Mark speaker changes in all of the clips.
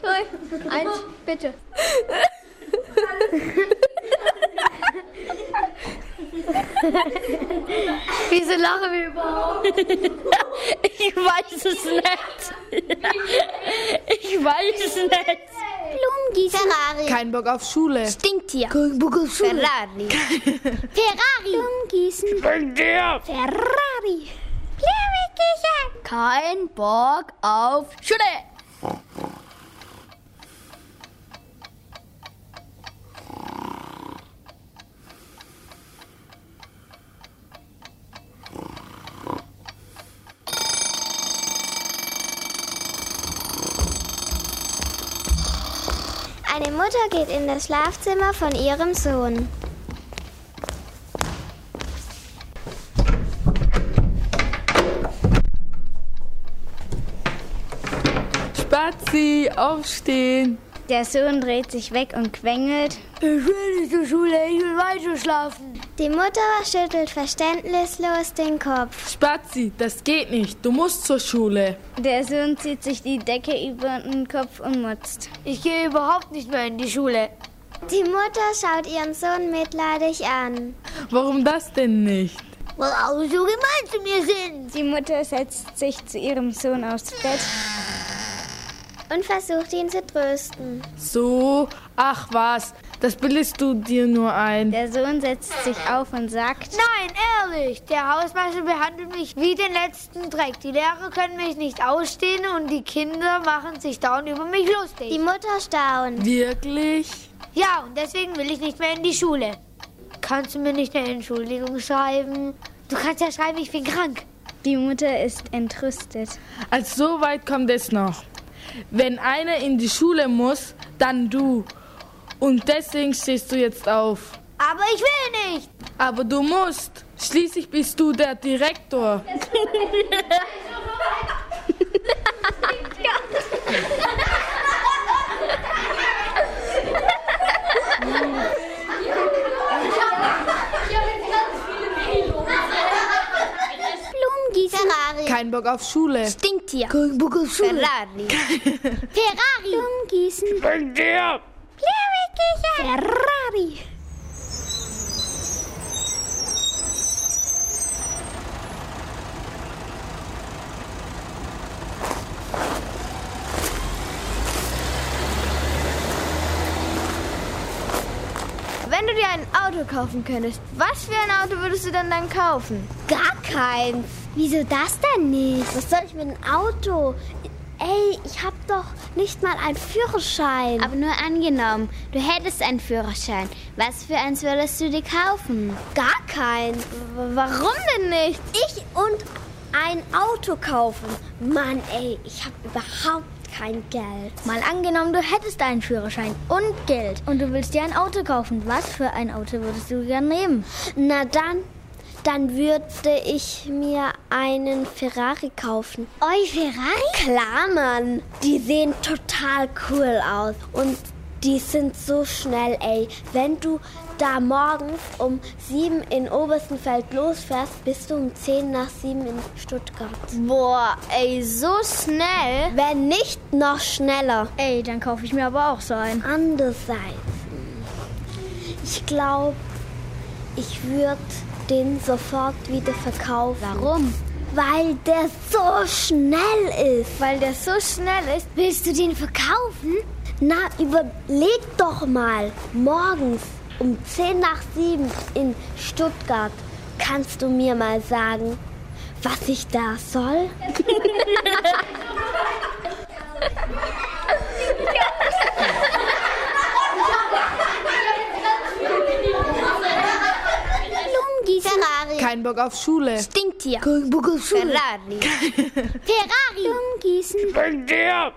Speaker 1: 0, 1, bitte. Wieso lachen wir überhaupt?
Speaker 2: Ich weiß es nicht. Ich weiß es nicht.
Speaker 1: Blumengießen. Ferrari.
Speaker 3: Kein Bock auf Schule.
Speaker 1: Stinktier.
Speaker 2: Ferrari.
Speaker 1: Ferrari. Blumengießen. Ferrari. Blumengießen.
Speaker 2: Kein Bock auf Schule.
Speaker 4: Eine Mutter geht in das Schlafzimmer von ihrem Sohn.
Speaker 3: Spazi, aufstehen.
Speaker 5: Der Sohn dreht sich weg und quengelt.
Speaker 6: Ich will nicht zur Schule, ich will weiter schlafen.
Speaker 4: Die Mutter schüttelt verständnislos den Kopf.
Speaker 3: Spazi, das geht nicht. Du musst zur Schule.
Speaker 5: Der Sohn zieht sich die Decke über den Kopf und motzt.
Speaker 6: Ich gehe überhaupt nicht mehr in die Schule.
Speaker 4: Die Mutter schaut ihren Sohn mitleidig an.
Speaker 3: Warum das denn nicht?
Speaker 6: Weil alle so gemein zu mir sind.
Speaker 5: Die Mutter setzt sich zu ihrem Sohn aufs Bett.
Speaker 4: Und versucht ihn zu trösten.
Speaker 3: So, ach was, das bildest du dir nur ein.
Speaker 5: Der Sohn setzt sich auf und sagt,
Speaker 6: Nein, ehrlich, der Hausmeister behandelt mich wie den letzten Dreck. Die Lehrer können mich nicht ausstehen und die Kinder machen sich dauernd über mich
Speaker 4: Die
Speaker 6: lustig.
Speaker 4: Mutter staunt.
Speaker 3: Wirklich?
Speaker 6: Ja, und deswegen will ich nicht mehr in die Schule. Kannst du mir nicht eine Entschuldigung schreiben? Du kannst ja schreiben, ich bin krank.
Speaker 5: die Mutter ist entrüstet.
Speaker 3: Als Also so weit kommt es noch. Wenn einer in die Schule muss, dann du. Und deswegen stehst du jetzt auf.
Speaker 6: Aber ich will nicht.
Speaker 3: Aber du musst. Schließlich bist du der Direktor.
Speaker 1: Blumengießen. Ferrari.
Speaker 3: Kein Bock auf Schule.
Speaker 1: Stinktier.
Speaker 6: Kein Bock auf Schule.
Speaker 2: Ferrari.
Speaker 1: Ferrari. Blumengießen. Ferrari.
Speaker 4: Wenn du dir ein Auto kaufen könntest, was für ein Auto würdest du denn dann kaufen?
Speaker 1: Gar keins.
Speaker 4: Wieso das denn nicht? Was soll ich mit einem Auto? Ey, ich hab doch nicht mal einen Führerschein.
Speaker 1: Aber nur angenommen, du hättest einen Führerschein. Was für eins würdest du dir kaufen?
Speaker 4: gar keins. Warum denn nicht? Ich und ein Auto kaufen. Mann, ey, ich hab überhaupt kein Geld.
Speaker 1: Mal angenommen, du hättest einen Führerschein und Geld und du willst dir ein Auto kaufen. Was für ein Auto würdest du gern nehmen?
Speaker 4: Na dann, dann würde ich mir einen Ferrari kaufen.
Speaker 1: Oi, Ferrari?
Speaker 4: Klar, Mann. Die sehen total cool aus. Und die sind so schnell, ey. Wenn du da morgens um sieben in Oberstenfeld losfährst, bist du um zehn nach sieben in Stuttgart.
Speaker 1: Boah, ey, so schnell.
Speaker 4: Wenn nicht, noch schneller.
Speaker 1: Ey, dann kaufe ich mir aber auch so einen.
Speaker 4: Andererseits, ich glaube, ich würde den sofort wieder verkaufen.
Speaker 1: Warum?
Speaker 4: Weil der so schnell ist.
Speaker 1: Weil der so schnell ist. Willst du den verkaufen?
Speaker 4: Na, überleg doch mal. Morgens um 10 nach 7 in Stuttgart kannst du mir mal sagen, was ich da soll?
Speaker 1: Blumengießen. Ferrari.
Speaker 3: Kein Bock auf Schule.
Speaker 1: Stinktier.
Speaker 6: Kein Bock auf Schule.
Speaker 2: Ferrari.
Speaker 1: Ferrari. Blumengießen. Blumengießen.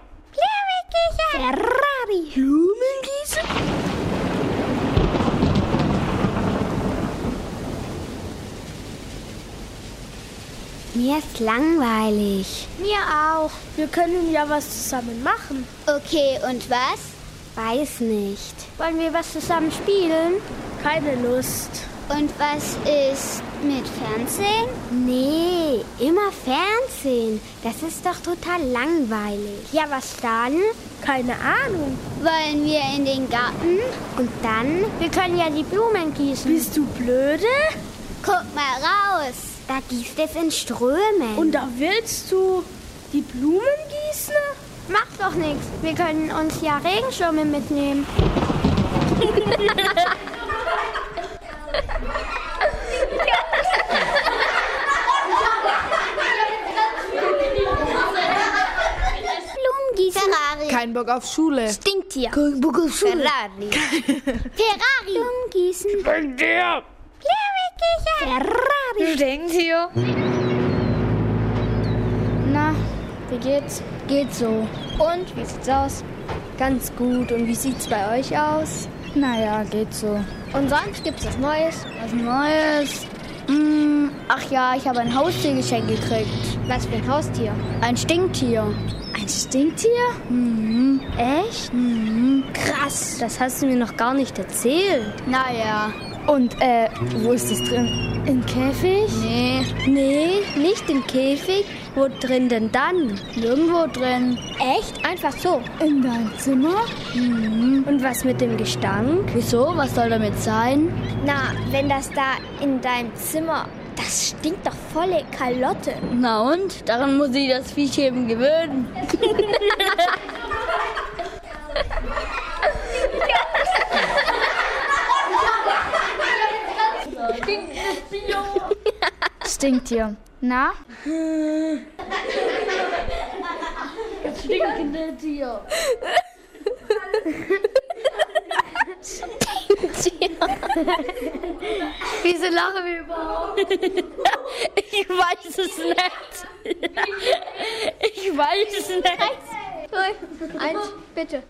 Speaker 1: Ferrari. Blumengießen.
Speaker 4: Mir ist langweilig.
Speaker 1: Mir auch.
Speaker 6: Wir können ja was zusammen machen.
Speaker 1: Okay, und was?
Speaker 4: Weiß nicht.
Speaker 6: Wollen wir was zusammen spielen? Keine Lust.
Speaker 1: Und was ist
Speaker 5: Mit Fernsehen?
Speaker 4: Nee, immer Fernsehen. Das ist doch total langweilig. Ja, was dann? Keine Ahnung.
Speaker 5: Wollen wir in den Garten?
Speaker 4: Und dann? Wir können ja die Blumen gießen. Bist du blöde?
Speaker 5: Guck mal raus.
Speaker 4: Da gießt es in Strömen. Und
Speaker 2: da willst du die Blumen gießen?
Speaker 4: macht doch nichts. Wir können uns ja Regenschirme mitnehmen.
Speaker 5: Blumengießen. Ferrari.
Speaker 3: Kein Bock auf Schule.
Speaker 1: Stinkt hier.
Speaker 2: Ferrari.
Speaker 5: Ferrari.
Speaker 4: Blumen
Speaker 2: Stinktier.
Speaker 1: Na, wie geht's? Geht so. Und wie sieht's aus? Ganz gut. Und wie sieht's bei euch aus?
Speaker 2: Naja, geht so.
Speaker 1: Und sonst gibt's was Neues? Was Neues? Mm, ach ja, ich habe ein Haustier geschenkt gekriegt.
Speaker 5: Was für ein Haustier?
Speaker 1: Ein Stinktier.
Speaker 2: Ein Stinktier?
Speaker 1: Mhm. Echt? Mhm. Krass. Das hast du mir noch gar nicht erzählt.
Speaker 2: Naja. Und äh, wo ist das drin?
Speaker 1: Im Käfig?
Speaker 2: Nee.
Speaker 1: Nee, nicht im Käfig. Wo drin denn dann?
Speaker 2: Nirgendwo drin.
Speaker 1: Echt? Einfach so. Mhm.
Speaker 2: In deinem Zimmer?
Speaker 1: Und was mit dem Gestank?
Speaker 2: Wieso? Was soll damit sein?
Speaker 4: Na, wenn das da in deinem Zimmer. Das stinkt doch volle Kalotte.
Speaker 2: Na und? Daran muss sich das Viech eben gewöhnen.
Speaker 5: Stinktier. Na?
Speaker 6: Wieso lachen wir überhaupt?
Speaker 2: Ich weiß es nicht. Ich weiß es nicht.
Speaker 1: Eins, bitte.